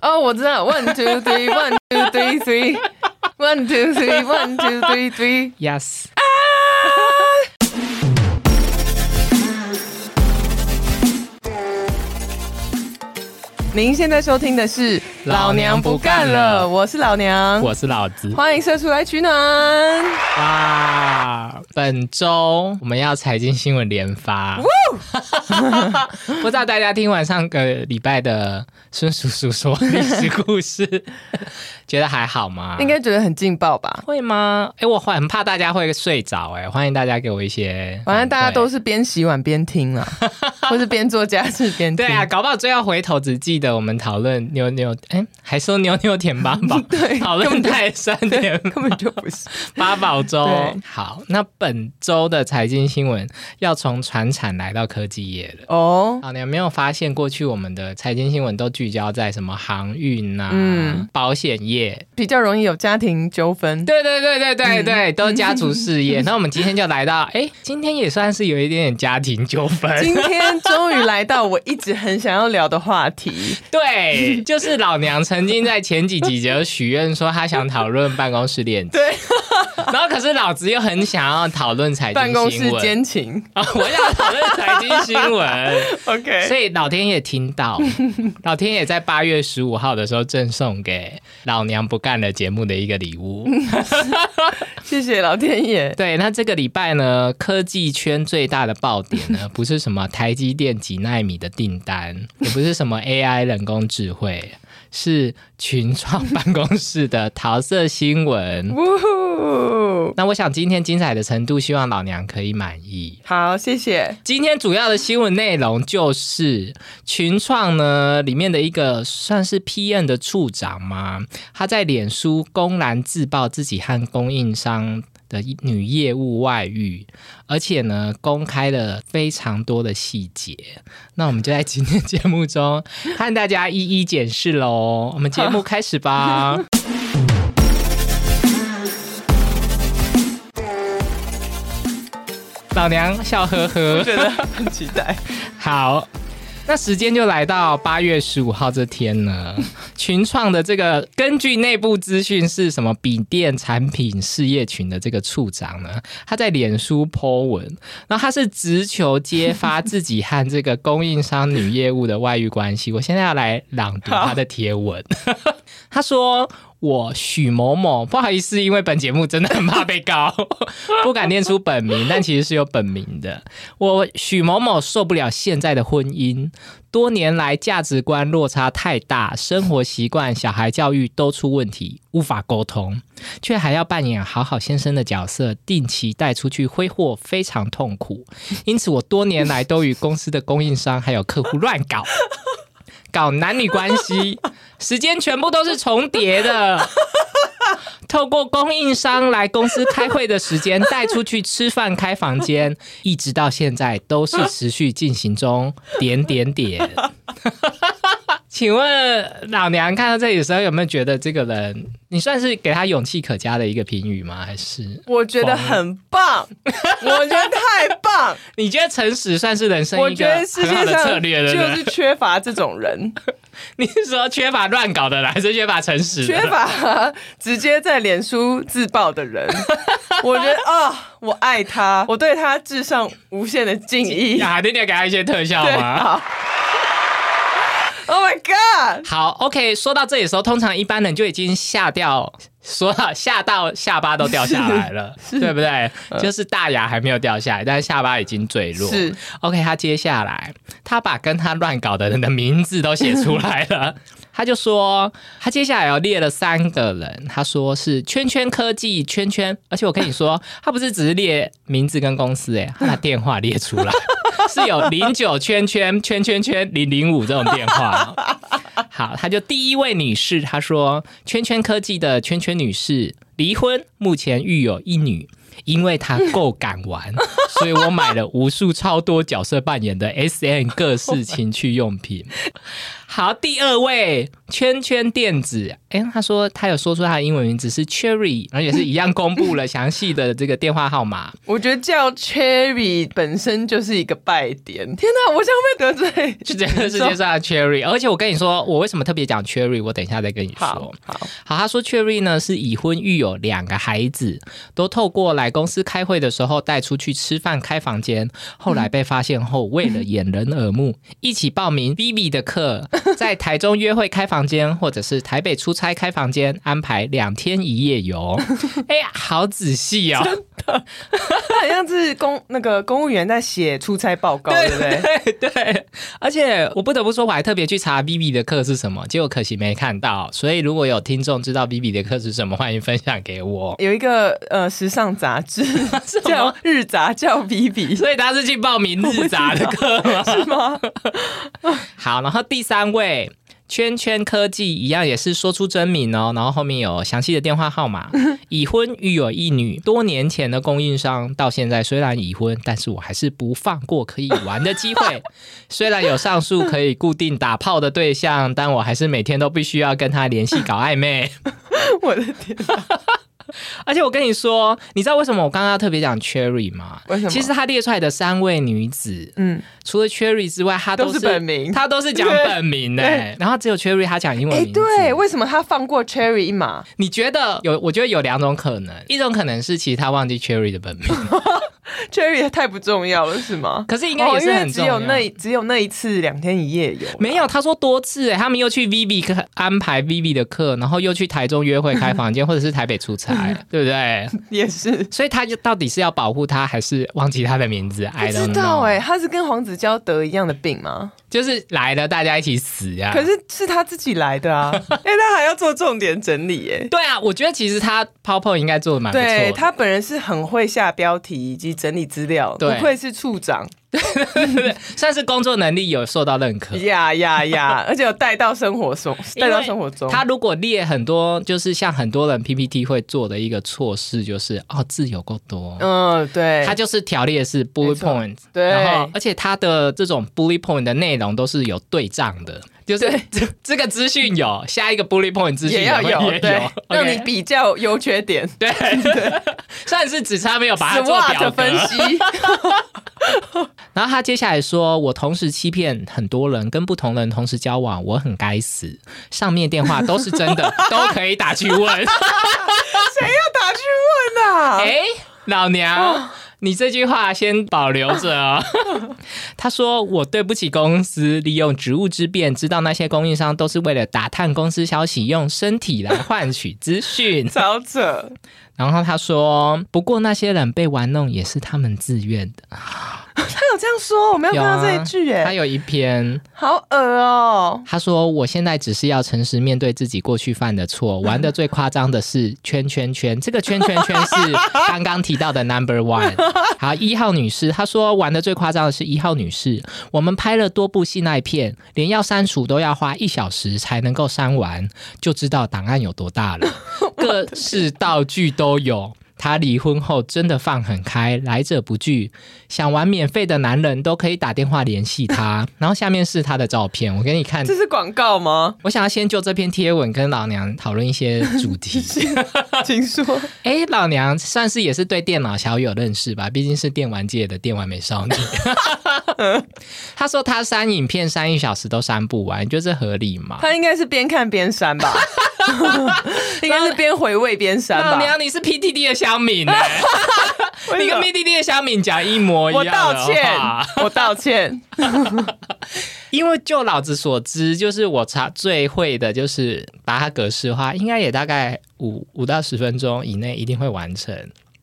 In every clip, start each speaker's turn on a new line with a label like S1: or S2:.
S1: 哦，我知道，one two three，one two three three，one two three，one two three three。
S2: Yes，
S1: 您现在收听的是《
S2: 老娘不干了
S1: 我是老娘，
S2: 我是老子。
S1: 欢迎社畜来取暖。
S2: 哇，本周我们要财经新闻连发。 不知道大家听完上个礼拜的孙叔叔说历史故事， 觉得还好吗？
S1: 应该觉得很劲爆吧？
S2: 会吗？哎、我很怕大家会睡着，哎，欢迎大家给我一些反馈。
S1: 反正大家都是边洗碗边听 啦，或是边做家事边听。，
S2: 对啊，，搞不好最后回头只记得我们讨论妞妞，哎、还说妞妞舔八宝
S1: 对
S2: 讨论泰山舔
S1: 根本就不是。
S2: 八宝粥
S1: 对。
S2: 好，那本周的财经新闻要从船产来到科技业了。
S1: 哦，
S2: 好，你有没有发现过去我们的财经新闻都聚焦在什么航运啊、
S1: 嗯
S2: 保险业？
S1: 比较容易有家庭纠纷。
S2: 对对对对对
S1: 嗯
S2: 对，都是家族 事业。那我们今天就来到，哎，今天也算是有一点点家庭纠纷。
S1: 今天终于来到我一直很想要聊的话题，
S2: 对，就是老娘曾经在前几集就许愿说她想讨论办公室恋情，
S1: 对，
S2: 然后可是老子又很想要讨论财经
S1: 办
S2: 哎新闻，
S1: 公室奸情。
S2: 啊，我想讨论财经新闻。
S1: 哎
S2: 所
S1: OK，
S2: 以老天爷听到，老天爷在八月十五号的时候赠送给老娘不干了节目的一个礼物。
S1: 谢谢老天爷。
S2: 对，那这个礼拜呢，科技圈最大的爆点呢，不是什么台积电几纳米的订单，也不是什么 AI 人工智慧，是群创办公室的桃色 新闻。
S1: 呜呼！
S2: 那我想今天精彩的程度，希望老娘可以满意。
S1: 好，谢谢。
S2: 今天主要的新闻内容就是群创呢里面的一个算是 PM 的处长嘛，他在脸书公然自曝自己和供应商的女业务外遇，而且呢公开了非常多的细节。那我们就在今天节目中和大家一一检视喽。我们节目开始吧。老娘笑呵呵。
S1: 觉得很期待。
S2: 好，那时间就来到八月十五号这天呢。群创的这个根据内部资讯是什么笔电产品事业群的这个处长呢，他在脸书 po 文，然后他是直球揭发自己和这个供应商女业务的外遇关系。我现在要来朗读他的贴文，他说。我许某某，不好意思，因为本节目真的很怕被告，不敢念出本名，但其实是有本名的。我许某某受不了现在的婚姻，多年来价值观落差太大，生活习惯、小孩教育都出问题，无法沟通，却还要扮演好好先生的角色，定期带出去挥霍，非常痛苦。因此，我多年来都与公司的供应商还有客户乱搞，搞男女关系，时间全部都是重叠的。透过供应商来公司开会的时间带出去吃饭、开房 间，一直到现在都是持续进行中。点 点点。请问老娘看到这里的时候，有没有觉得这个人，你算是给他勇气可嘉的一个评语吗？还是
S1: 我觉得很棒，我觉得太棒，
S2: 你觉得诚实算是人生
S1: 我
S2: 一
S1: 觉
S2: 个
S1: 得世
S2: 很好
S1: 界
S2: 的策
S1: 上
S2: 略了？
S1: 就是缺乏这种人，
S2: 你是说缺乏乱搞的人，还是缺乏诚实的
S1: 缺
S2: 人？
S1: 乏直接在脸书自爆的人。我觉得啊、我爱他，我对他致上无限的敬意。
S2: 啊， 那你要给他一些特效
S1: 对，
S2: 吗？
S1: 好。Oh my god！
S2: 好，OK，说到这里的时候，通常一般人就已经吓掉，说到吓到下巴都掉下来了，对不对？就是大牙还没有掉下来，但是下巴已经坠落。
S1: 是
S2: OK，他接下来他把跟他乱搞的人的名字都写出来了。 他就说，他接下来要列了三个人，他说是圈圈科技圈圈，而且我跟你说，他不是只是列名字跟公司、欸，他把电话列出来，是有零九圈圈圈圈圈零零五这种电话。好，他就第一位女士，她说圈圈科技的圈圈女士离婚，目前育有一女。因为她够敢玩，所以我买了无数超多角色扮演的 S N 各式情趣用品。好，第二位圈圈电子，哎，他说他有说出他的英文名字是 Cherry，然后也是一样公布了详细的这个电话号码。
S1: 我觉得叫 Cherry 本身就是一个败点。天哪，我像被得罪，
S2: 是这个世界上的 Cherry，而且我跟你说，我为什么特别讲 Cherry，我等一下再跟你说。
S1: 好好，
S2: 好，他说 Cherry 呢是已婚育有两个孩子，都透过来公司开会的时候带出去吃饭开房间，后来被发现后，为了掩人耳目，一起报名 Vivi 的课，在台中约会开房间，或者是台北出差开房间，安排两天一夜游。哎呀，好仔细哦！
S1: 他很像是公那个公务员在写出差报告，对不对？
S2: 对对 对，而且我不得不说，我还特别去查 B B 的课是什么，结果可惜没看到。所以如果有听众知道 B B 的课是什么，欢迎分享给我。
S1: 有一个呃时尚杂 志叫《日杂》，叫 B B
S2: 所以他是去报名日杂的课吗？
S1: 是吗？
S2: 好，然后第三位。圈圈科技一样也是说出真名哦，然后后面有详细的电话 号码。已婚育有一女，多年前的供应商到现在虽然已婚，但是我还是不放过可以玩的机 会。虽然有上述可以固定打炮的对象，但我还是每天都必须要跟他联系搞 暧昧。
S1: 我的天，
S2: 而且我跟你说，你知道为什么我刚刚特别讲 Cherry 吗？
S1: 为什么
S2: 其实他列出来的三位女子，
S1: 嗯，
S2: 除了 Cherry 之外，她
S1: 都
S2: 是
S1: 是本名
S2: 她都是讲本名呢、
S1: 对
S2: 然后只有 Cherry 她讲英文
S1: 哎、
S2: 名字。
S1: 对，为什么他放过 Cherry 一马？
S2: 你觉得有？我觉得有两种可能，一种可能是其实她忘记 Cherry 的本名，
S1: 哦 Cherry 也太不重要了，是吗？
S2: 可是应该也是
S1: 哦因
S2: 很
S1: 为只
S2: 重要。
S1: 有那只有那一次两天一夜有，
S2: 没有，他说多次哎，他们又去 Vivi 课安排 Vivi 的课，然后又去台中约会开 房间，或者是台北出差，
S1: 嗯
S2: 对不对？
S1: 也是。
S2: 所以他就到底是要保护她，还是忘记她的名字
S1: 不
S2: ？I
S1: 知
S2: don't
S1: 道
S2: know。
S1: 哎、他是跟黄子佼得一样的病吗？
S2: 就是来了，大家一起死啊呀、
S1: 可是是他自己来的 啊，哎、他还要做重点整理哎、
S2: 对啊，我觉得其实他 PowerPoint 应该做的蛮不错
S1: 对
S2: 的。
S1: 他本人是很会下标题以及整理资料，不
S2: 对
S1: 愧是处长，
S2: 算是工作能力有受到认可。
S1: 呀呀呀！ 而且有带到生活中，带到生活中。
S2: 他如果列很多，就是像很多人 PPT 会做的一个措施，就是哦字有够多，
S1: 嗯，对，
S2: 他就是条列式 bullet
S1: 没错
S2: point，
S1: 对
S2: 然后而且他的这种 bullet point 的内容都是有对仗的，就是这这个资讯有，下一个 bullet point 资讯
S1: 也要
S2: 也
S1: 有，
S2: 有
S1: 对，让你
S2: OK
S1: 比较优缺点，
S2: 对 虽然是只差没有把它做表
S1: SWOT
S2: 格
S1: 分。析。
S2: 然后他接下来说：“我同时欺骗很多人，跟不同人同时交往，我很该死。上面电话都是真 的，都可以打去问。
S1: 谁要打去问啊？
S2: 哎，老娘，你这句话先保留着哦。他说：“我对不起公司，利用职务之便，知道那些供应商都是为了打探公司消息，用身体来换取资 讯。”
S1: 找者，
S2: 然后他说：“不过那些人被玩弄也是他们自愿的。
S1: 他有这样说，我没有
S2: 有
S1: 看
S2: 啊”
S1: 到这一句
S2: 他
S1: 耶，
S2: 有一篇。
S1: 好恶哦。
S2: 他说：“我现在只是要诚实面对自己过去犯的错，玩的最夸张的是圈圈圈，这个圈圈圈是刚刚提到的 number one。好，一号女士，她说玩的最夸张的是一号女士，我们拍了多部戏那一片，连要删除都要花一小时才能够删完，就知道档案有多大了，各式道具都有。”她离婚后真的放很开，来者不拒，想玩免费的男人都可以打电话联系她。然后下面是她的照片，我给你看
S1: 这是广告吗？
S2: 我想要先就这篇贴文跟老娘讨论一些主 题。
S1: 请说。
S2: 哎，老娘算是也是对电脑小有认识吧，毕竟是电玩界的电玩美 少女。 他说他删影片删一小时都删不完，你觉得这合理吗？
S1: 他应该是边看边删 吧，应该是边回味边删
S2: 老
S1: 吧。
S2: 娘你是 PTD 的小 敏、欸，你跟 PTD 的小敏讲一模一
S1: 我
S2: 样的
S1: 道歉
S2: 话，
S1: 我道歉。
S2: 因为就老子所知，就是我查最会的就是把它格式化，应该也大概五五到十分钟以内一定会完成。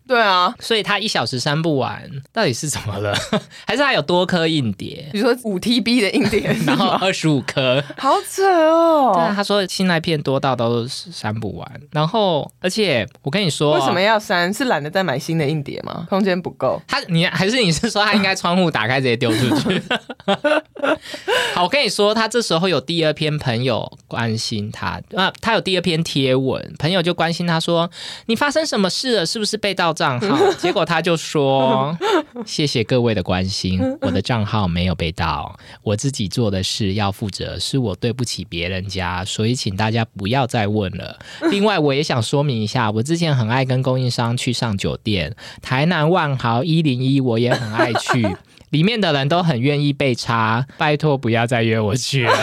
S1: 对啊，
S2: 所以他一小时删不完，到底是怎么了？ 还是他有多颗硬碟，
S1: 比如说五 TB 的硬碟，
S2: 然后二十五颗？
S1: 好扯
S2: 对啊，
S1: 哦。
S2: 他说信赖片多到都删不完。然后，而且我跟你说，啊
S1: 为什么要删？是懒得再买新的硬碟吗？空间不够。
S2: 他你还是你是说他应该窗户打开直接丢出去？好，我跟你说，他这时候有第二篇朋友关心他，啊，他有第二篇贴文，朋友就关心他说：“你发生什么事了？是不是被盗账号，结果他就说：“谢谢各位的关心，我的账号没有被盗，我自己做的事要负责，是我对不起别人家，所以请大家不要再问了。另外，我也想说明一下，我之前很爱跟供应商去上酒店，台南万豪一零一我也很爱 去，里面的人都很愿意被插，拜托不要再约我去了。”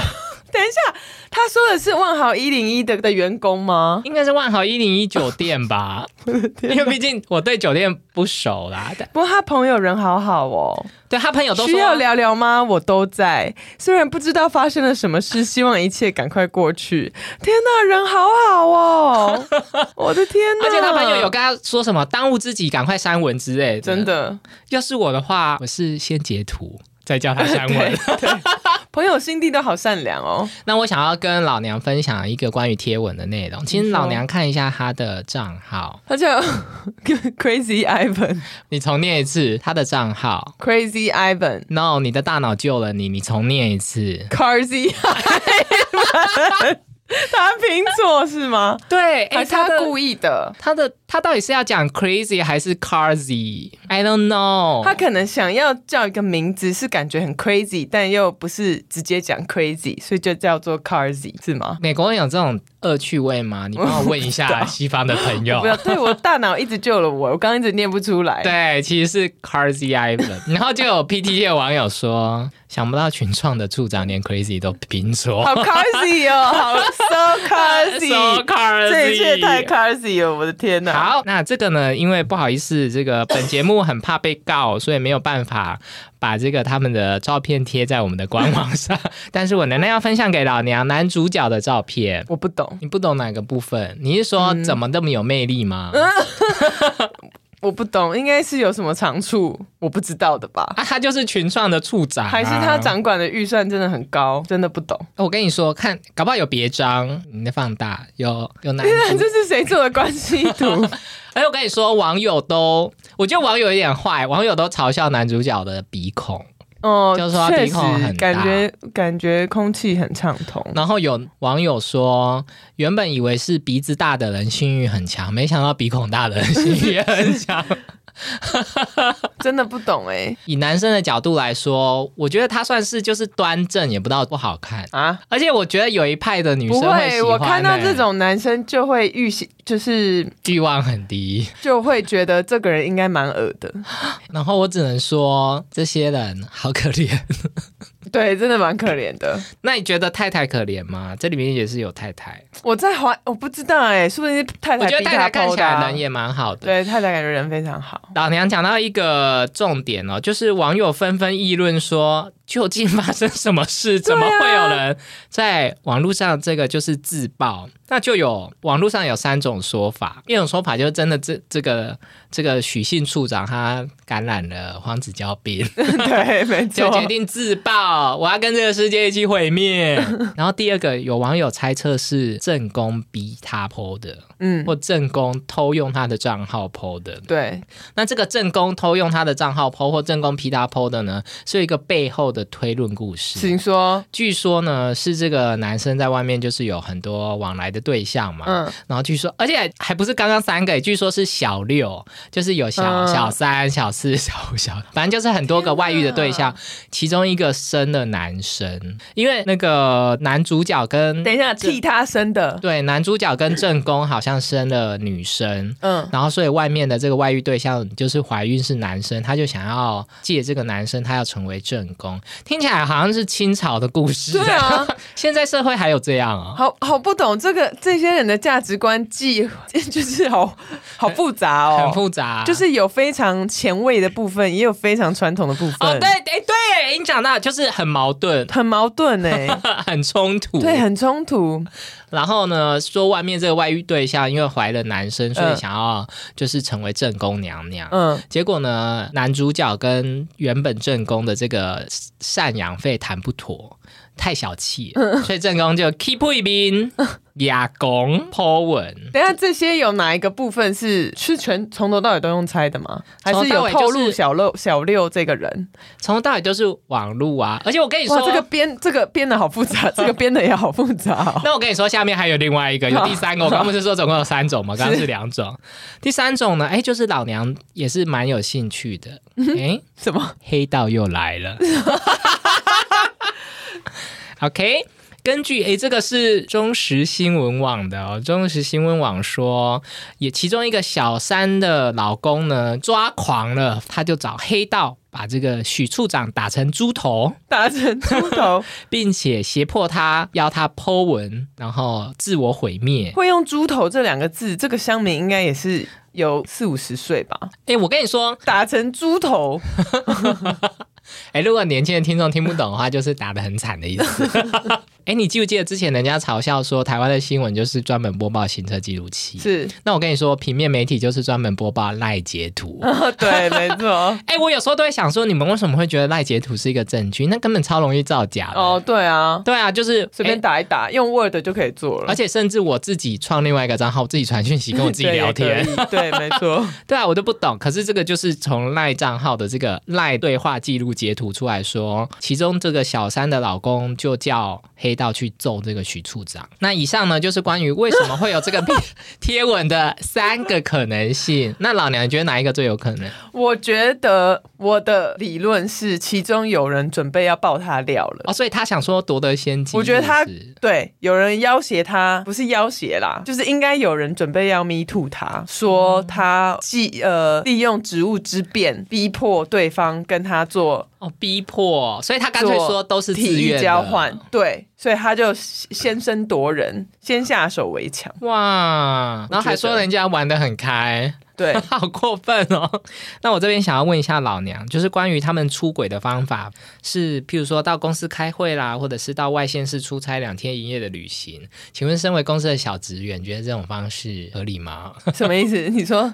S1: 等一下，他说的是万豪一零一的的员工吗？
S2: 应该是万豪一零一酒店吧，因为毕竟我 对啊酒店不熟啦。但
S1: 不过他朋友人好好哦，
S2: 对他朋友都
S1: 需要
S2: 说，啊
S1: 聊聊吗？我都在，虽然不知道发生了什么事，希望一切赶快过去。天哪，人好好 哦，我的天哪！
S2: 而且他朋友有跟他说什么当务之急，赶快删文之类的。
S1: 真，的
S2: 要是我的话，我是先截图。再叫他 删文。
S1: 朋友心地都好善良哦。
S2: 那我想要跟老娘分享一个关于贴文的内容。其实
S1: 你说
S2: 老娘看一下他的账号，
S1: 他叫 Crazy Ivan，Crazy
S2: 你重念一次他的账号。
S1: Ivan。
S2: No，你的大脑救了你，你重念一次。
S1: Carzy Ivan，他 拼错是吗？
S2: 对，
S1: 还是他故意的？
S2: 他的他到底是要讲 crazy 还是 carzy？I don't know。
S1: 他可能想要叫一个名字，是感觉很 crazy，但又不是直接讲 crazy，所以就叫做 Carzy 是吗？
S2: 美国人有这种恶趣味吗？你帮我问一 下西方的朋友
S1: 不。要，对我大脑一直救了我，我刚刚一直念不出来。
S2: 啊对，其实是 Carzy Ivan，然后就有 PTT 的网友说，想不到群创的处长连 crazy 都拼错，
S1: 好 Carzy 哦，好 so
S2: So
S1: Carzy，
S2: Carzy
S1: 这一切太 Carzy 了，我的天哪！
S2: 好，那这个呢，因为不好意思，这个本节目很怕被告，所以没有办法把这个他们的照片贴在我们的官网上。 但是我仍然要分享给老娘男主角的照片。
S1: 我不懂，
S2: 你不懂哪个部分？你是说
S1: 嗯
S2: 怎么这么有魅力吗？
S1: 我不懂，应该是有什么长处我不知道的吧？
S2: 啊，他就是群创的处长啊、
S1: 还是他掌管的预算真的很高，真的不 懂。
S2: 我跟你说，看，搞不好有别章，你在放大，有有男
S1: 天哪，
S2: 主。
S1: 这是谁做的关系 图？
S2: 哎，我跟你说，网友都，我觉得网友有点坏，网友都嘲笑男主角的鼻孔，
S1: 哦，
S2: 就是说他
S1: 确
S2: 鼻孔
S1: 实
S2: 很
S1: 感
S2: 大
S1: 觉感觉空气很畅通。
S2: 然后有网友说，原本以为是鼻子大的人性欲很强，没想到鼻孔大的人性欲也很强。
S1: 真的不懂哎、
S2: 以男生的角度来说，我觉得他算是就是端正，也不到不好看。
S1: 啊！
S2: 而且我觉得有一派的女
S1: 不
S2: 生会喜
S1: 会，
S2: 欢、
S1: 我看到
S2: 欸
S1: 这种男生就会预习，就是
S2: 欲望很低，
S1: 就会觉得这个人应该蛮恶 的。
S2: 然后我只能说这些人好可怜。
S1: 对，真的蛮可怜的。
S2: 那你觉得太太可怜吗？这里面也是有太太，
S1: 我在怀，我不知道哎、说不定是太太
S2: 我觉得
S1: 逼
S2: 太太
S1: 他
S2: 看
S1: 剖
S2: 起
S1: 的啊
S2: 来人也蛮好的。
S1: 对太太感觉人非常 好。
S2: 老娘讲到一个重点哦，就是网友纷纷议论说，究竟发生什么事？怎么会有人在网络上这个就是自爆？那就有网络上有三种说法，一种说法就是真的这这个这个许姓处长他感染了黄子佼病，
S1: 对，没错
S2: 就。决定自爆，我要跟这个世界一起毁灭。然后第二个，有网友猜测是正宫逼他 PO 的，
S1: 嗯，
S2: 或正宫偷用他的账号 PO 的。
S1: 对，
S2: 那这个正宫偷用他的账号 PO 或正宫逼他 PO 的呢，是有一个背后的推论故事。
S1: 请说。
S2: 据说呢，是这个男生在外面就是有很多往来的对象嘛，
S1: 嗯，
S2: 然后据说，而且还不是刚刚三个，据说是小六，就是有小、
S1: 嗯
S2: 小三、小四、小五、小，反正就是很多个外遇的对象，其中一个生了男生，因为那个男主角跟
S1: 等一下，替他生的。
S2: 对男主角跟正宫好像生了女生。
S1: 嗯，
S2: 然后，所以外面的这个外遇对象就是怀孕是男生，他就想要借这个男生，他要成为正宫。听起来好像是清朝的故事。
S1: 对啊，
S2: 现在社会还有这样啊、
S1: 好好不懂这个这些人的价值观既， 就是好好复杂哦，
S2: 很复杂啊、
S1: 就是有非常前卫的部分，也有非常传统的部分，
S2: 哦，对，，哎，对你讲到就是很矛盾，
S1: 很矛盾哎、
S2: 很冲突。
S1: 对，很冲突，
S2: 然后呢，说外面这个外遇对象因为怀了男生，所以
S1: 嗯
S2: 想要就是成为正宫娘娘。
S1: 嗯，
S2: 结果呢，男主角跟原本正宫的这个赡养费谈不妥，太小气了，
S1: 嗯
S2: 所以正宫就 keep 一边亚公 po 文。
S1: 等一下这些有哪一个部分是是全从头到尾都用猜的吗？还是
S2: 从头到
S1: 有
S2: 尾
S1: 透
S2: 就
S1: 露
S2: 是
S1: 小六小六这个人？
S2: 从头到尾都是网路啊，而且我跟你说，
S1: 哇，这个编这个编的好复杂，这个编的也好复杂、 哦。
S2: 那我跟你说，下面还有另外一个，有第三个。我刚刚不是说总共有三种吗？刚刚是两 种，第三种呢，哎，就是老娘也是蛮有兴趣的。
S1: 嗯
S2: 哎，
S1: 什么？
S2: 黑道又来了。OK，根据诶，这个是中时新闻网的哦，中时新闻网说，也其中一个小三的老公呢抓狂了，他就找黑道把这个许处长打成猪头，
S1: 打成猪头
S2: 并且胁迫他要他剖文，然后自我毁灭。
S1: 会用“猪头”这两个字，这个乡民应该也是有四五十岁吧？
S2: 诶，我跟你说，
S1: 打成猪头，
S2: 哎，如果年轻的听众听不懂的话，就是打得很惨的意 思。哎，你记不记得之前人家嘲笑说台湾的新闻就是专门播报行车记录器？
S1: 是，
S2: 那我跟你说，平面媒体就是专门播报赖截
S1: 嗯
S2: 图。
S1: 对，没错。
S2: 哎，我有时候都会想说，你们为什么会觉得赖截图是一个证据？那根本超容易造假的。
S1: 哦，对啊，
S2: 对啊，就是
S1: 随便
S2: 哎
S1: 打一打，用 Word 就可以做了，
S2: 而且甚至我自己创另外一个账号，我自己传讯息跟我自己
S1: 对也
S2: 聊天，
S1: 可以对，没 错。
S2: 对啊，我都不懂。可是这个就是从赖账号的这个赖对话记录截图出来说，其中这个小三的老公就叫黑道去揍这个许处长。那以上呢，就是关于为什么会有这个 贴贴文的三个可能性。那老娘你觉得哪一个最有可能？
S1: 我觉得我的理论是，其中有人准备要爆他料了。
S2: 哦，所以他想说夺得先机。
S1: 我觉得他
S2: 是不是
S1: 对，有人要挟他，不是要挟啦，就是应该有人准备要 me too 他，
S2: 嗯
S1: 说他既呃利用职务之便逼迫对方跟他做
S2: 哦逼迫，所以他干脆
S1: 做
S2: 说都是自
S1: 体
S2: 愿
S1: 育
S2: 的
S1: 交换。，对，所以他就先声夺人，先下手为强，
S2: 哇，然后还说人家玩的很开。。
S1: 对
S2: 好过分哦！ 那我这边想要问一下老娘，就是关于他们出轨的方法是，譬如说到公司开会啦，或者是到外县市出差两天一夜的旅行。请问，身为公司的小职员，你觉得这种方式合理吗？
S1: 什么意思？你说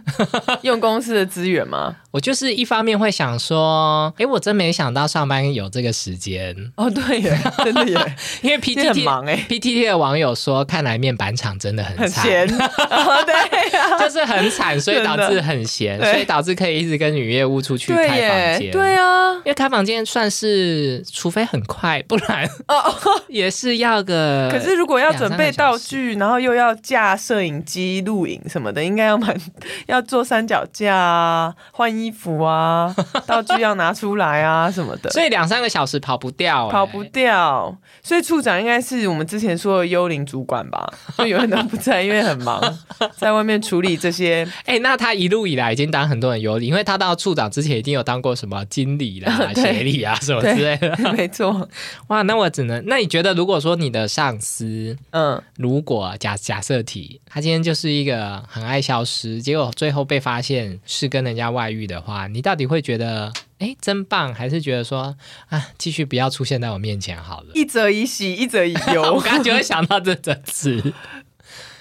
S1: 用公司的资源吗？
S2: 我就是一方面会想说，诶，我真没想到上班有这个时间，
S1: 哦，对耶，真的耶，
S2: 因为
S1: 今天很
S2: PTT
S1: 忙哎，
S2: PTT 的网友说，看来面板厂真的 很
S1: 很
S2: 惨。
S1: 闲。哦，对呀，
S2: 就是很惨，所以导致
S1: 真
S2: 很闲，
S1: 对
S2: 所以导致可以一直跟女业务出去
S1: 对
S2: 开房间。
S1: 耶，对啊，
S2: 因为开房间算是，除非很快，不然 也是要
S1: 哦
S2: 个。
S1: 可是如果要准备道
S2: 呃两
S1: 具，然后又要架摄影机、录影什么的，应该要蛮 要做三脚架啊、换衣服啊、道具要拿出来啊什么的，
S2: 所以两三个小时跑不掉、欸
S1: 跑不掉。所以处长应该是我们之前说的幽灵主管 吧？就永远都不在，因为很忙，在外面处理这些。
S2: 哎、那他一路以来已经当很多人有理，因为他到处长之前一定有当过什么经理啦、
S1: 对
S2: 协理啊什么之类的。
S1: 没错，
S2: 哇，那我只能，那你觉得如果说你的上司，
S1: 嗯，
S2: 如果假假设题，他今天就是一个很爱消失，结果最后被发现是跟人家外遇的话，你到底会觉得哎真棒，还是觉得说啊继续不要出现在我面前好了？
S1: 一则以喜，一则以
S2: 我
S1: 忧。
S2: 刚刚就会想到这个词，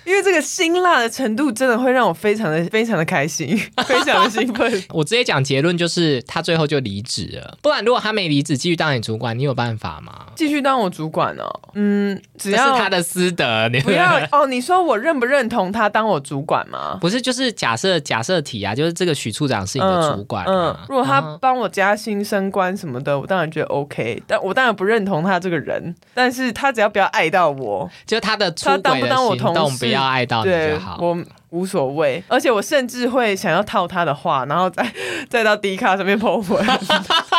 S1: 因为这个辛辣的程度，真的会让我非常的、非常的开 心，非常的兴奋。
S2: 我直接讲结论就是他最后就离职了。不然如果他没离职，继续当你主管，你有办法吗？
S1: 继续当我主管哦，嗯，只
S2: 这是
S1: 要
S2: 他的私德，你
S1: 不要哦，你说我认不认同他当我主管吗？
S2: 不是就是假设假设题啊，就是这个许处长是你的主管、
S1: 嗯
S2: 啊，
S1: 如果他
S2: 然后
S1: 帮我加薪升官什么的，我当然觉得 OK，但我当然不认同他这个人，但是他只要不要爱到我，
S2: 就他的出
S1: 他当
S2: 轨
S1: 不
S2: 的
S1: 当我
S2: 行
S1: 同
S2: 动
S1: 事
S2: 不要爱到哦你
S1: 对
S2: 就好。
S1: 我无所谓，而且我甚至会想要套他的话，然后再 再到 D 卡上面 po 文，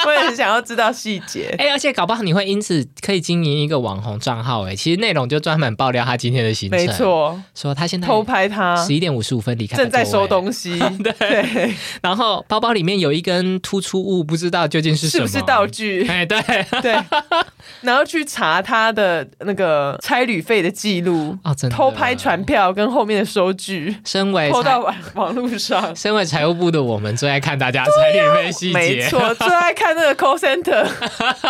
S1: 我 也很想要知道细节。
S2: 哎、而且搞不好你会因此可以经营一个网红账号、哎，其实内容就专门爆料他今天的行程，
S1: 没，错，
S2: 说他现在
S1: 偷拍他
S2: 十一点五十五分离开了
S1: 正在收
S2: 座位，
S1: 东 西，对，
S2: 然后包包里面有一根突出物，不知道究竟是
S1: 是
S2: 什么，
S1: 不是道？具？
S2: 哎、对，
S1: 对，然后去查他的那个差旅费的记录，
S2: 哦，真的
S1: 偷拍船。票跟后面的收据，
S2: 身为
S1: 抛到
S2: 财
S1: 网网络 上。
S2: 身为财务部的我们，最爱看大家彩礼费细
S1: 啊没
S2: 节。
S1: 错，最爱看那个 call center，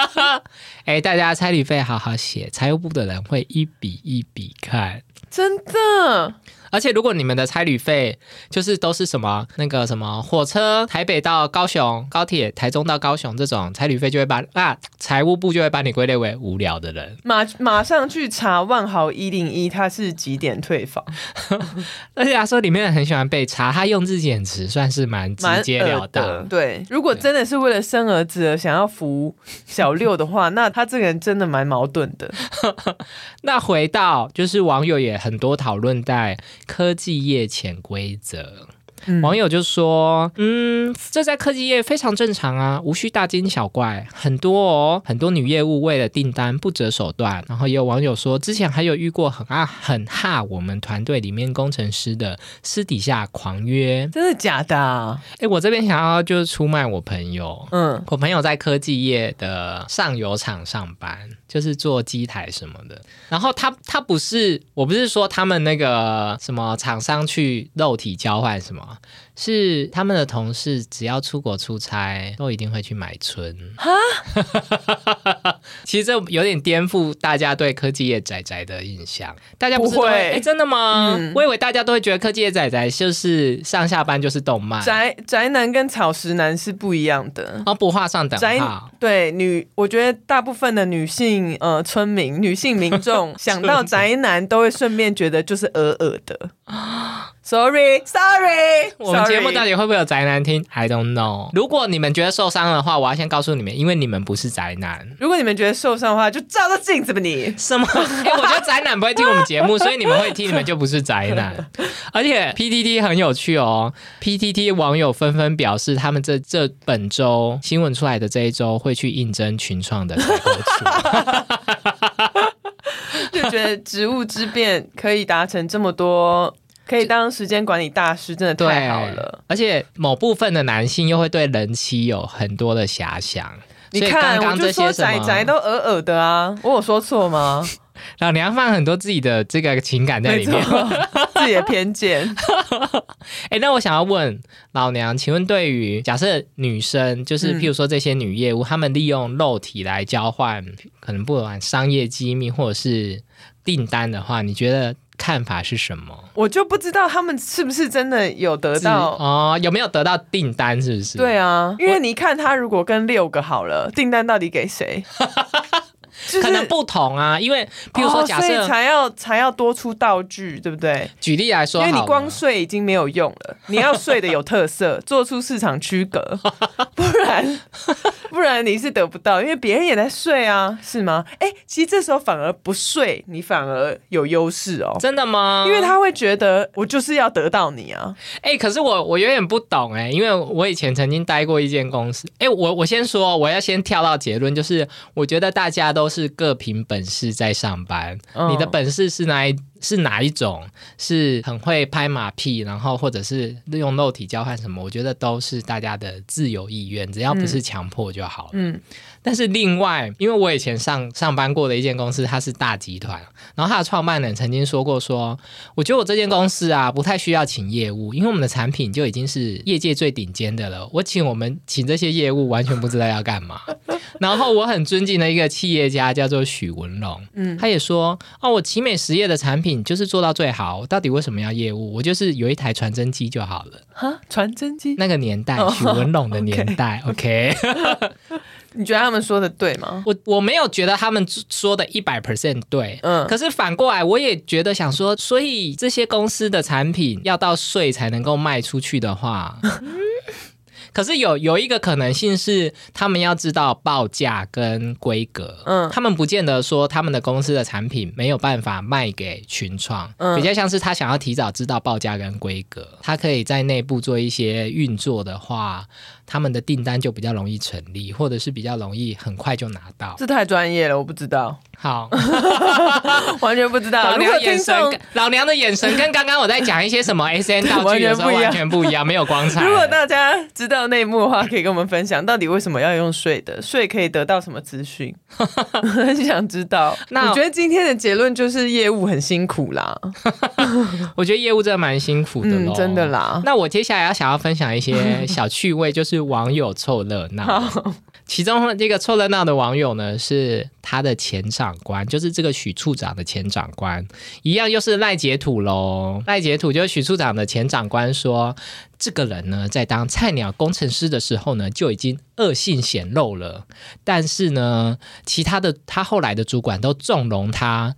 S2: 哎、大家彩礼费好好写，财务部的人会一笔一笔看。
S1: 真的，
S2: 而且如果你们的差旅费就是都是什么那个什么火车台北到高雄、高铁台中到高雄这种差旅费，就会把啊财务部就会把你归类为无聊的人。
S1: 马马上去查万豪一零一，它是几点退房？
S2: 而且他说里面很喜欢被查，他用字简直算是蛮直
S1: 蛮
S2: 截了
S1: 恶的
S2: 当。
S1: 对，如果真的是为了生儿子而想要扶小六的话，那他这个人真的蛮矛盾的。
S2: 那回到就是网友也很多讨论在科技业潜规则。
S1: 嗯
S2: 网友就说：“嗯，这在科技业非常正常啊，无需大惊小怪。很多哦，很多女业务为了订单不择手段。然后也有网友说，之前还有遇过很啊很哈我们团队里面工程师的私底下狂约。
S1: 真的假的、啊？
S2: 诶，我这边想要就是出卖我朋友，
S1: 嗯，
S2: 我朋友在科技业的上游厂上班，就是做机台什么的。然后他他不是，我不是说他们那个什么厂商去肉体交换什么，是他们的同事只要出国出差，都一定会去买春。 其实这有点颠覆大家对科技业仔仔的印象。大家不是都哎
S1: 不会
S2: 诶真的吗？
S1: 嗯
S2: 我以为大家都会觉得科技业仔仔就是上下班就是动漫，
S1: 宅宅男跟草食男是不一样的
S2: 然。后不画上等
S1: 宅
S2: 号。
S1: 对女，我觉得大部分的女性呃村民、女性民 众想到宅男，都会顺便觉得就是尔尔的。Sorry，Sorry，
S2: 我们节目到
S1: 底
S2: 底会不会有宅男听？I don't know。如果你们觉得受伤的话，我要先告诉你们，因为你们不是宅男。
S1: 如果你们觉得受伤的话，就照照镜子吧你。
S2: 什么？ 哎、我觉得宅男不会听我们节目，所以你们会听，你们就不是宅 男。而且 PTT 很有趣哦，PTT 网友纷纷表示，他们这这本周新闻出来的这一周会去应征群创的采购处。
S1: 就觉得植物之变可以达成这么多，可以当时间管理大师，真的
S2: 对，
S1: 太好了。。
S2: 而且某部分的男性又会对人妻有很多的遐想。
S1: 你
S2: 所以
S1: 看，
S2: 刚刚
S1: 我
S2: 这
S1: 就说
S2: 些什么
S1: 仔仔都尔尔的啊，我有说错吗？
S2: 老娘放很多自己的这个情 感在里面
S1: 没。错，自己的偏见。
S2: 哎、那我想要问老娘，请问对于假设女生，就是
S1: 嗯
S2: 譬如说这些女业务，她、们利用肉体来交换，可能不管商业机密或者是订单的话，你觉得看法是什么？
S1: 我就不知道他们是不是真的有 得到。
S2: 哦，有没有得到订单？是不是？
S1: 对啊，因为你看他如果跟六个好了，订单到底给谁？ 就是
S2: 可能不同啊，因为譬如说
S1: 哦
S2: 假
S1: 所
S2: 设、
S1: 以才要才要多出道具，对不对？啊
S2: 举例来说
S1: 因
S2: 好了，
S1: 为你光睡已经没有用 了，你要睡的有特色，做出市场区 隔，不然不然你是得不到，因为别人也在睡啊，是吗？哎、其实这时候反而不睡，你反而有优势哦，
S2: 真的吗？
S1: 因为他会觉得我就是要得到你啊，
S2: 哎、可是我我有点不懂哎、因为我以前曾经待过一间公司。哎、我我先说，我要先跳到结论，就是我觉得大家都是各凭本事在上班。
S1: 嗯
S2: 你的本事是哪一是哪一种？是很会拍马屁，然后或者是利用肉体交换什么？我觉得都是大家的自由意愿，只要不是强迫就好了。
S1: 嗯，
S2: 但是另外，因为我以前上上班过的一间公司，它是大集团，然后它的创办人曾经说过说，我觉得我这间公司啊，不太需要请业务，因为我们的产品就已经是业界最顶尖的了。我请我们请这些业务，完全不知道要干嘛。然后我很尊敬的一个企业家叫做许文龙，嗯，他也说，哦，我奇美实业的产品就是做到最好，我到底为什么要业务？我就是有一台传真机就好了。
S1: 哈，传真机，
S2: 那个年代
S1: 哦，
S2: 许文龙的年代，OK。
S1: 你觉得他们说的对吗？
S2: 我我没有觉得他们说的一百 percent 对，
S1: 嗯
S2: 可是反过来我也觉得想说，所以这些公司的产品要到税才能够卖出去 的话。可是有有一个可能性是，他们要知道报价跟规格，
S1: 嗯
S2: 他们不见得说他们的公司的产品没有办法卖给群创，
S1: 嗯
S2: 比较像是他想要提早知道报价跟规格，他可以在内部做一些运作的话，他们的订单就比较容易成立，或者是比较容易很快就拿到。
S1: 这太专业了，我不知道，
S2: 好，
S1: 完全不知道。
S2: 老
S1: 如
S2: 娘
S1: 果
S2: 的
S1: 听
S2: 眼神
S1: 众
S2: 跟，老娘的眼神跟刚刚我在讲一些什么 S N 道具的时候
S1: 完全不一样
S2: 完全不一样，没有光彩。
S1: 如果大家知道到内幕的话，可以跟我们分享，到底为什么要用税的？税可以得到什么资讯？ 很想知道。
S2: 那
S1: 我觉得今天的结论就是业务很辛苦啦，
S2: 我觉得业务真的蛮辛苦的咯
S1: 嗯，真的。啦。
S2: 那我接下来要想要分享一些小趣味，就是网友凑热闹。其中这个凑热闹的网友呢，是他的前长官，就是这个许处长的前长官，一样又是赖截图喽。赖截图就是许处长的前长官说，这个人呢，在当菜鸟工程师的时候呢，就已经恶性显露了。但是呢，其他的他后来的主管都纵容他，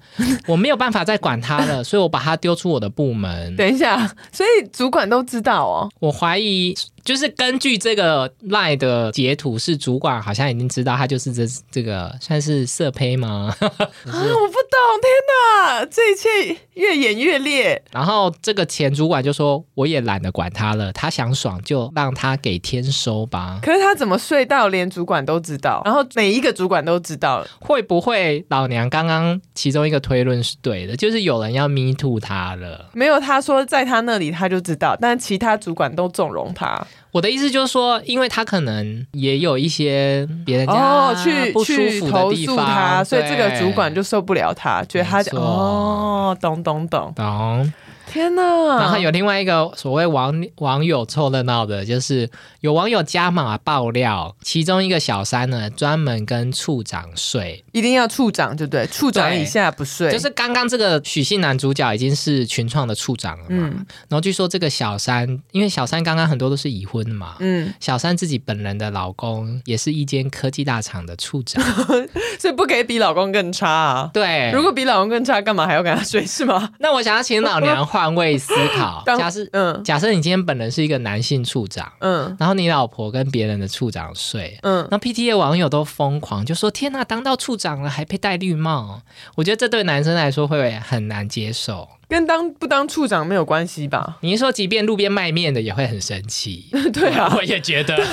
S2: 我没有办法再管他了，所以我把他丢出我的部门。
S1: 等一下，所以主管都知道哦。
S2: 我怀疑，就是根据这个赖的截图，是主管好像已经知道他就是这这个算是色胚吗？
S1: 啊，我不懂，天哪，这一切越演越烈。
S2: 然后这个前主管就说，我也懒得管他了，他想爽就让他给天收吧。
S1: 可是他怎么睡到连主管都知道，然后每一个主管都知道了？
S2: 会不会老娘刚刚其中一个推论是对的，就是有人要 me too 他了？
S1: 没有，他说在他那里他就知道，但其他主管都纵容他。
S2: 我的意思就是说，因为他可能也有一些别人家
S1: 哦，去
S2: 不舒
S1: 去
S2: 服的
S1: 投
S2: 地
S1: 诉
S2: 方，
S1: 他，所以这个
S2: 对
S1: 主管就受不了他，觉得他
S2: 没错
S1: 哦，懂懂懂，
S2: 懂。
S1: 天哪！
S2: 然后有另外一个所谓网网友凑热闹的，就是有网友加码爆料，其中一个小三呢，专门跟处长睡，
S1: 一定要处长，对不对？处长
S2: 对
S1: 以下不睡，
S2: 就是刚刚这个许姓男主角已经是群创的处长了嘛，
S1: 嗯
S2: 然后据说这个小三，因为小三刚刚很多都是已婚嘛。
S1: 嗯，
S2: 小三自己本人的老公也是一间科技大厂的处长，
S1: 所以不可以比老公更差啊。
S2: 对。
S1: 如果比老公更差，干嘛还要跟他睡是吗？，
S2: 那我想要请老娘换位思考
S1: 当
S2: 假设
S1: 嗯
S2: 假设你今天本人是一个男性处长，
S1: 嗯
S2: 然后你老婆跟别人的处长睡，
S1: 嗯，
S2: 那 PTA 网友都疯狂，就说：“天呐、当到处长了还配戴绿帽！”我觉得这对男生来说会很难接受。
S1: 跟当不当处长没有关系 吧？
S2: 你是说，即便路边卖面的也会很生气？
S1: 对啊，
S2: 我也觉得。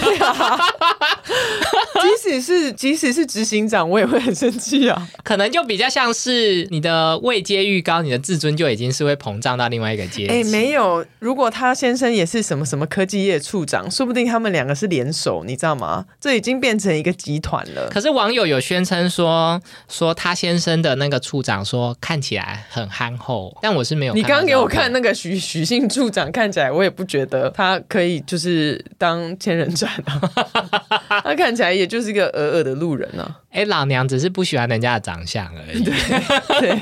S1: 即使是即使是执行长，我也会很生气啊。
S2: 可能就比较像是你的位阶愈高，你的自尊就已经是会膨胀到另外一个阶级。
S1: 哎、没有，如果他先生也是什么什么科技业处长，说不定他们两个是联手，你知道吗？这已经变成一个集团了。
S2: 可是网友有宣称说，说他先生的那个处长说看起来很憨厚，但我是没有。
S1: 你刚刚给我看
S2: 那，
S1: 那个许许姓处长，看起来我也不觉得他可以就是当千人斩啊， 他看起来也就是一个偶尔的路人啊。
S2: 哎、老娘只是不喜欢人家的长相而已，
S1: 对，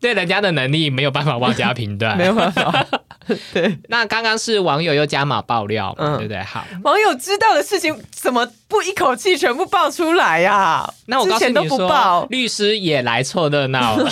S2: 对人家的能力没有办法妄加评断。
S1: 没有办法。 对，
S2: 那刚刚是网友又加码爆料
S1: 嗯
S2: 嘛，对不对？好，
S1: 网友知道的事情怎么不一口气全部爆出来呀、
S2: 那我
S1: 之
S2: 告诉
S1: 前
S2: 你
S1: 都不
S2: 说，
S1: 爆，
S2: 律师也来凑热 闹了，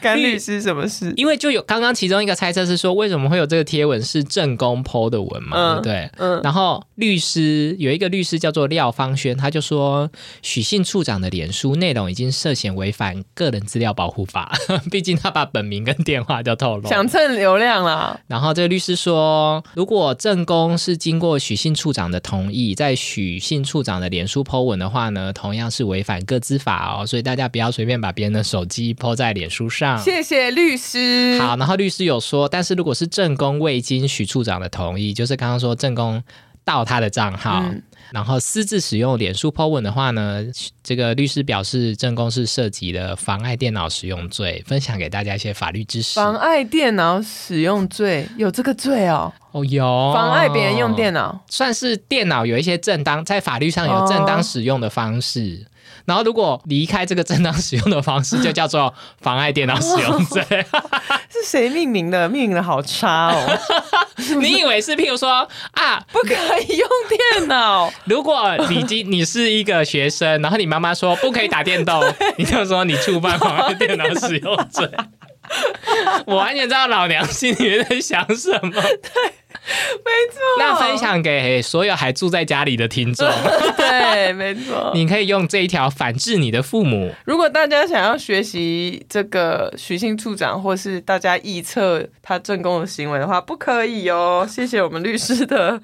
S1: 干
S2: 律
S1: 律师什么事？
S2: 因为就有刚刚其中一个猜测是说，为什么会有这个贴文是正宫 PO 的文嘛，
S1: 嗯
S2: 对不对？
S1: 嗯，
S2: 然后律师有一个律师叫做廖芳轩，他就说许姓处长的脸书内容已经涉嫌违反个人资料保护法， 毕竟他把本名跟电话都透露了。
S1: 想蹭流量啦。
S2: 然后这个律师说，如果正宫是经过许姓处长的同意，在许姓处长的脸书 Po 文的话呢，同样是违反个资法哦，所以大家不要随便把别人的手机 Po 在脸书上。
S1: 谢谢律师。
S2: 嗯好，然后律师有说，但是如果是正宫未经许处长的同意，就是刚刚说正宫盗他的账号，
S1: 嗯
S2: 然后私自使用脸书 Po 文的话呢，这个律师表示正宫是涉及了妨碍电脑使用罪，分享给大家一些法律知识。
S1: 妨碍电脑使用罪有这个罪哦，
S2: 哦，有
S1: 妨碍别人用电脑。
S2: 算是电脑有一些正当在法律上有正当使用的方式，然后如果离开这个正当使用的方式，就叫做妨碍电脑使用罪。
S1: 是谁命名的？命名的好差哦，
S2: 你以为是譬如说啊，
S1: 不可以用电脑。
S2: 如果你今你是一个学生，然后你妈妈说不可以打电动，你就说你触犯妨碍电脑使用罪。我完全知道老娘心里面在想什么。
S1: 没错。
S2: 那分享给所有还住在家里的听众，
S1: 对，没错。
S2: 你可以用这一条反制你的父母。
S1: 如果大家想要学习这个许姓处长，或是大家臆测他正宫的行为的话，不可以哦。谢谢我们律师的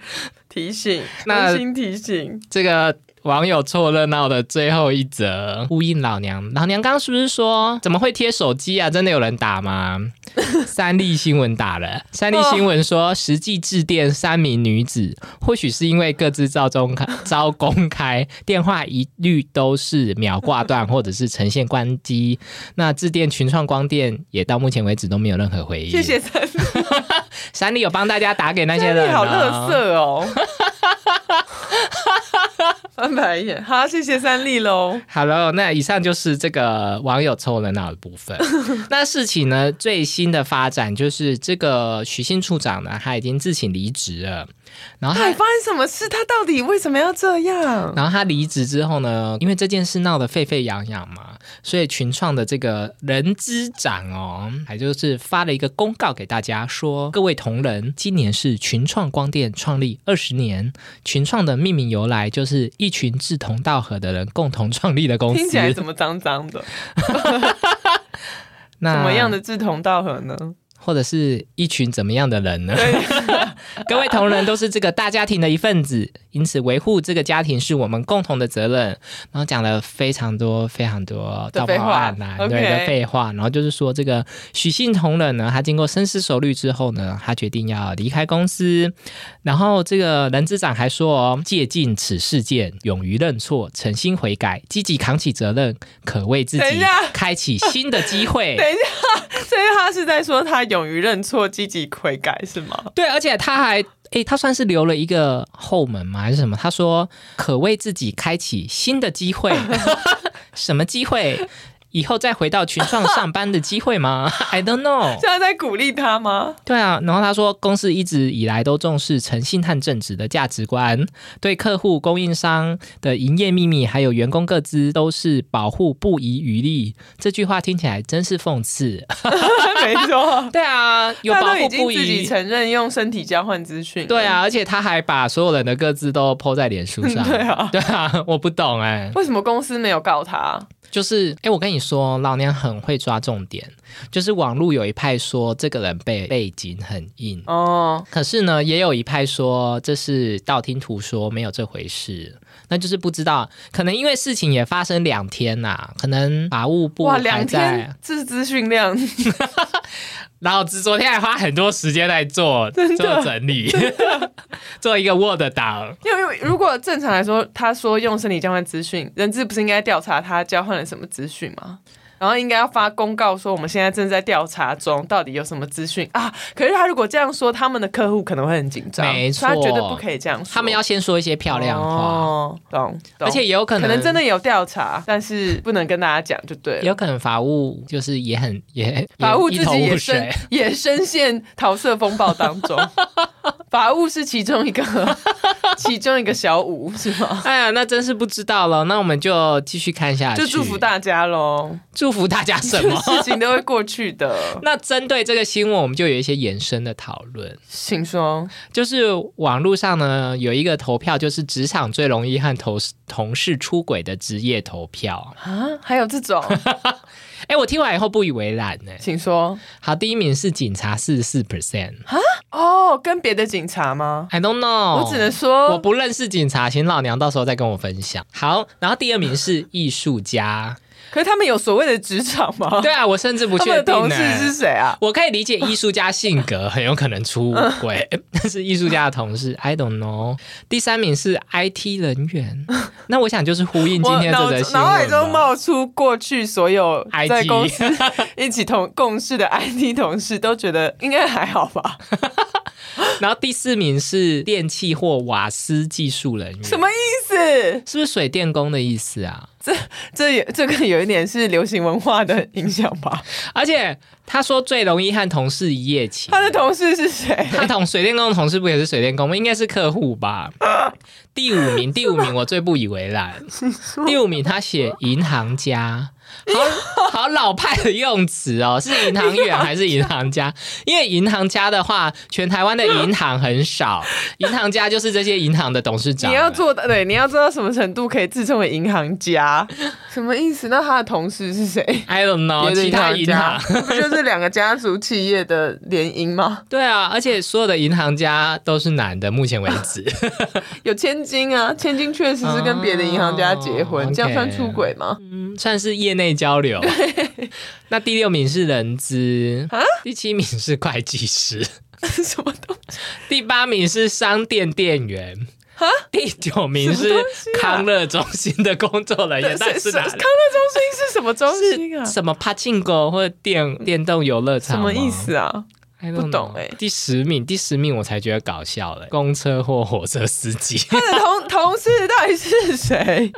S1: 提醒，
S2: 那
S1: 温馨提醒。
S2: 这个网友凑热闹的最后一则，呼应老娘。老娘刚刚是不是说怎么会贴手机啊？真的有人打 吗？三立新闻打了，三立新闻说实际致电三名女子，或许是因为各自遭中开遭公开，电话一律都是秒挂断或者是呈现关机。那致电群创光电也到目前为止都没有任何回应。
S1: 谢谢三立，
S2: 三立有帮大家打给那
S1: 三
S2: 些人、
S1: 立
S2: 哦，
S1: 好乐色哦。 翻白眼，好，谢谢三立喽。
S2: 好了，那以上就是这个网友凑热闹的部 分。那事情呢，最新的发展就是这个许姓处长呢，他已经自请离职
S1: 嗯
S2: 了。然后
S1: 到底
S2: 他，
S1: 发生什么事？他到底为什么要这样？
S2: 然后他离职之后呢，因为这件事闹得沸沸扬扬嘛，所以群创的这个人资长哦，还就是发了一个公告给大家说，各位同仁，今年是群创光电创立二十年。群创的命名由来就是一群志同道合的人共同创立的公司。
S1: 听起来怎么脏脏的？
S2: 那啊
S1: 怎么样的志同道合 呢？
S2: 或者是一群怎么样的人呢？各位同仁都是这个大家庭的一份子，因此维护这个家庭是我们共同的责任。然后讲了非常多非常多
S1: 的
S2: 道
S1: 废
S2: 貌
S1: 话
S2: 岸然
S1: OK
S2: 啊对的废话，然后就是说这个许姓同仁呢，他经过深思熟虑之后呢，他决定要离开公司。然后这个人资长还说哦，借鉴此事件，勇于认错，诚心悔改，积极扛起责任，可为自己
S1: 等一下
S2: 开启新的 机会。
S1: 等一下，所以他是在说他勇于认错、积极悔改是吗？
S2: 对，而且他还。诶，他算是留了一个后门吗？还是什么？他说可为自己开启新的机 会，什么机会？以后再回到群创上班的机会吗？I don't know。
S1: 现在在鼓励他吗？
S2: 对啊，然后他说，公司一直以来都重视诚信和正直的价值观，对客户、供应商的营业秘密还有员工各资都是保护不遗余力。这句话听起来真是讽刺。
S1: 没错，
S2: 对啊，有
S1: 他
S2: 保
S1: 都
S2: 护
S1: 已经
S2: 不
S1: 自己
S2: 遗。
S1: 承认用身体交换资讯。
S2: 对，啊，而且他还把所有人的各自都 PO 在脸书 上。
S1: 对啊
S2: 对啊，我不懂哎、
S1: 为什么公司没有告他？
S2: 就是哎、我跟你说，老娘很会抓重点。就是网络有一派说这个人背背景很硬，
S1: 哦，
S2: 可是呢，也有一派说这是道听途说，没有这回事。那就是不知道，可能因为事情也发生两天呐、可能法务部
S1: 哇，
S2: 还
S1: 两
S2: 在啊
S1: 天，这资讯量
S2: 老子昨天还花很多时间来做做整理， 做一个 Word 档。
S1: 因为因为如果正常来说，他说用身体交换资讯，人质不是应该调查他交换了什么资讯吗？然后应该要发公告说我们现在正在调查中，到底有什么资讯啊？可是他如果这样说，他们的客户可能会很紧张，
S2: 没错
S1: 所以他绝对不可以这样说。
S2: 他们要先说一些漂亮话，
S1: 哦，懂懂。
S2: 而且也有可
S1: 可
S2: 能
S1: 能真的有调查，但是不能跟大家讲，就对
S2: 有
S1: 了。
S2: 可能法务就是也很也
S1: 法务
S2: 也
S1: 自
S2: 一头
S1: 己也
S2: 雾
S1: 深
S2: 水。
S1: 也深陷桃色风暴当中，法务是其中一个其中一个小五是吗？
S2: 哎呀，那真是不知道了。那我们就继续看下去，
S1: 就祝福大家喽。？
S2: 祝福大家什么。
S1: 事情都会过去的
S2: 那针对这个新闻，我们就有一些延伸的讨论。
S1: 请说，
S2: 就是网络上呢有一个投票，就是职场最容易和同事同事出轨的职业投票。
S1: 啊，还有这 种，
S2: 哎，我听完以后不以为然呢。
S1: 请说
S2: 好，第一名是警察四十四 percent。
S1: 哦，跟别的警察吗？
S2: I don't know，
S1: 我只能说，
S2: 哦我不认识警察，请老娘到时候再跟我分享。好，然后第二名是艺术家。
S1: 可是他们有所谓的职场吗？
S2: 对啊，我甚至不
S1: 哦他
S2: 确
S1: 们的
S2: 定、
S1: 同
S2: 呢。
S1: 事是谁啊？
S2: 我可以理解艺术家性格很有可能出轨， 但是艺术家的同事，I don't know。第三名是 IT 人员，那我想就是呼应啊今
S1: 我
S2: 天
S1: 脑
S2: 这则新
S1: 脑海中
S2: 闻嘛。
S1: 冒出过去所有
S2: IT
S1: 在公司一起同共事的 IT 同事，都觉得应该还好 吧？
S2: 然后第四名是电气或瓦斯技术人员，
S1: 什么意思？
S2: 是不是水电工的意思啊？
S1: 这也这个有一点是流行文化的影响吧？
S2: 而且他说最容易和同事一夜情
S1: 他。的同事是谁？
S2: 他同水电工的同事不也是水电工吗？应该是客 户吧。第五名，第五名我最不以为然。第五名他写银行家， 好好老派的用词哦，是银行员还是银行家？因为银行家的话，全台湾的银行 很少，银行家就是这些银行的董事长。啊
S1: 你要做到对，你要做到什么程度可以自称为银行家？ 什么意思？那他的同事是谁？
S2: I don't know，其哦他银
S1: 家
S2: 行
S1: 不就是两个家族企业的联姻 吗？
S2: 对啊，而且所有的银行家都是男的，目前为止。
S1: 有千金啊，千金确实是跟别的银行家结婚
S2: 哦
S1: 这样
S2: OK
S1: 算出轨吗？
S2: 算是业内交流。 那第六名是人资，
S1: 啊
S2: 第七名是会计师， 嗯
S1: 什么东西？
S2: 第八名是商店店员。第九名
S1: 什
S2: 是
S1: 么东西啊
S2: 康乐中心的工作人员，但是
S1: 康
S2: 哪
S1: 乐
S2: 里？
S1: 中心是什么中心啊？嗯
S2: 是什么帕庆狗或者电电动游乐场？
S1: 什么意？思 啊？不
S2: 不
S1: 懂欸
S2: 第十名，第十名我才觉得搞笑嘞，公车或火车司机。
S1: 他的同同事到底是谁？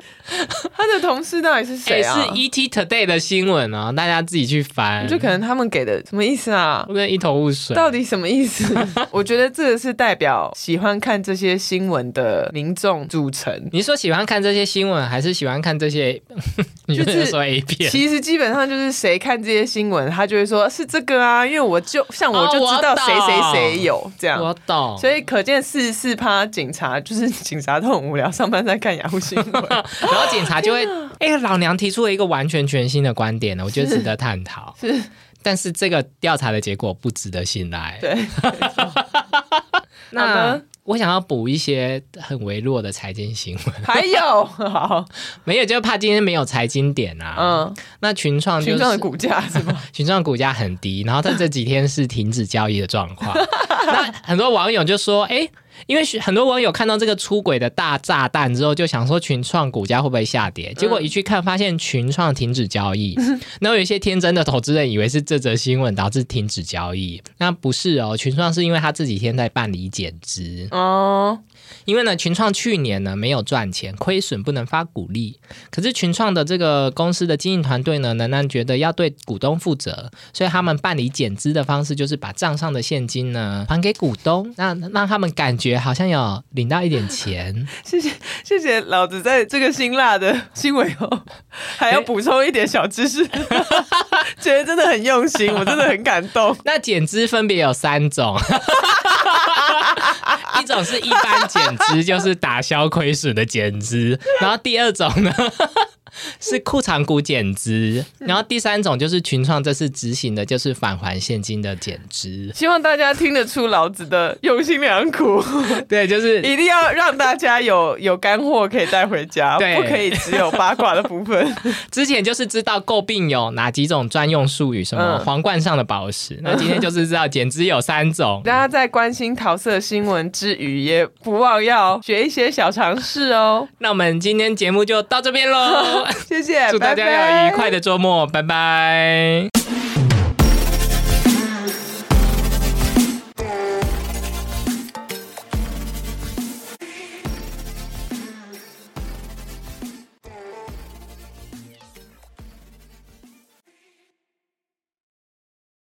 S1: 他的同事到底是谁
S2: 哎、
S1: 啊？
S2: 是 ET Today 的新闻哦，大家自己去翻。
S1: 就可能他们给的什么意思啊？
S2: 我真的一头雾水。
S1: 到底什么意 思？我觉得这个是代表喜欢看这些新闻的民众组成。
S2: 你说喜欢看这些新闻，还是喜欢看这些？ 你
S1: 就是
S2: 是说 A 片？
S1: 其实基本上就是谁看这些新闻，他就会说是这个啊，因为我就像我就
S2: 哦
S1: 知道谁
S2: 我
S1: 谁
S2: 懂
S1: 谁有这样。
S2: 我懂，
S1: 所以可见四十四趴警察就是警察都很无聊，上班在看雅虎新闻。
S2: 然后警察 就会，哎、老娘提出了一个完全全新的观点呢，我觉得值得探讨。
S1: 是，
S2: 但是这个调查的结果不值得信赖。
S1: 对，好
S2: 那
S1: 的
S2: 我想要补一些很微弱的财经新闻，
S1: 还有好，
S2: 没有，就怕今天没有财经点啊。
S1: 嗯，
S2: 那群创就
S1: 群
S2: 是
S1: 众的股价是 吗？
S2: 群创股价很低，然后在这几天是停止交易的状况。那很多网友就说：“哎、因为很多网友看到这个出轨的大炸弹之后，就想说群创股价会不会下跌？结果一去看，发现群创停止交易。然后有一些天真的投资人以为是这则新闻导致停止交易，那不是哦，群创是因为他这几天在办理减资，
S1: 哦，
S2: 因为呢，群创去年呢没有赚钱，亏损不能发股利。可是群创的这个公司的经营团队呢，仍然觉得要对股东负责，所以他们办理减资的方式就是把账上的现金呢还给股东，让让他们感觉好像有领到一点钱。
S1: 谢谢谢谢，老子在这个辛辣的新闻后，还要补充一点小知识， 觉得真的很用心，我真的很感动。
S2: 那减资分别有三种。 一种是一般减资，就是打消亏损的减资；然后第二种呢 是库藏股减资；然后第三种就是群创这次执行的就是返还现金的减 资。
S1: 希望大家听得出老子的用心良苦，
S2: 对，就是
S1: 一定要让大家有有干货可以带回家，
S2: 对
S1: 不可以只有八卦的部分。
S2: 之前就是知道诟病有哪几种专用术语，什么
S1: 嗯
S2: 皇冠上的宝石。那今天就是知道减资有三种。
S1: 大家在关心桃色新闻之余，也不忘要学一些小常识哦。
S2: 那我们今天节目就到这边喽。
S1: 谢谢，
S2: 祝大
S1: 拜拜
S2: 家有愉快的周末，拜拜。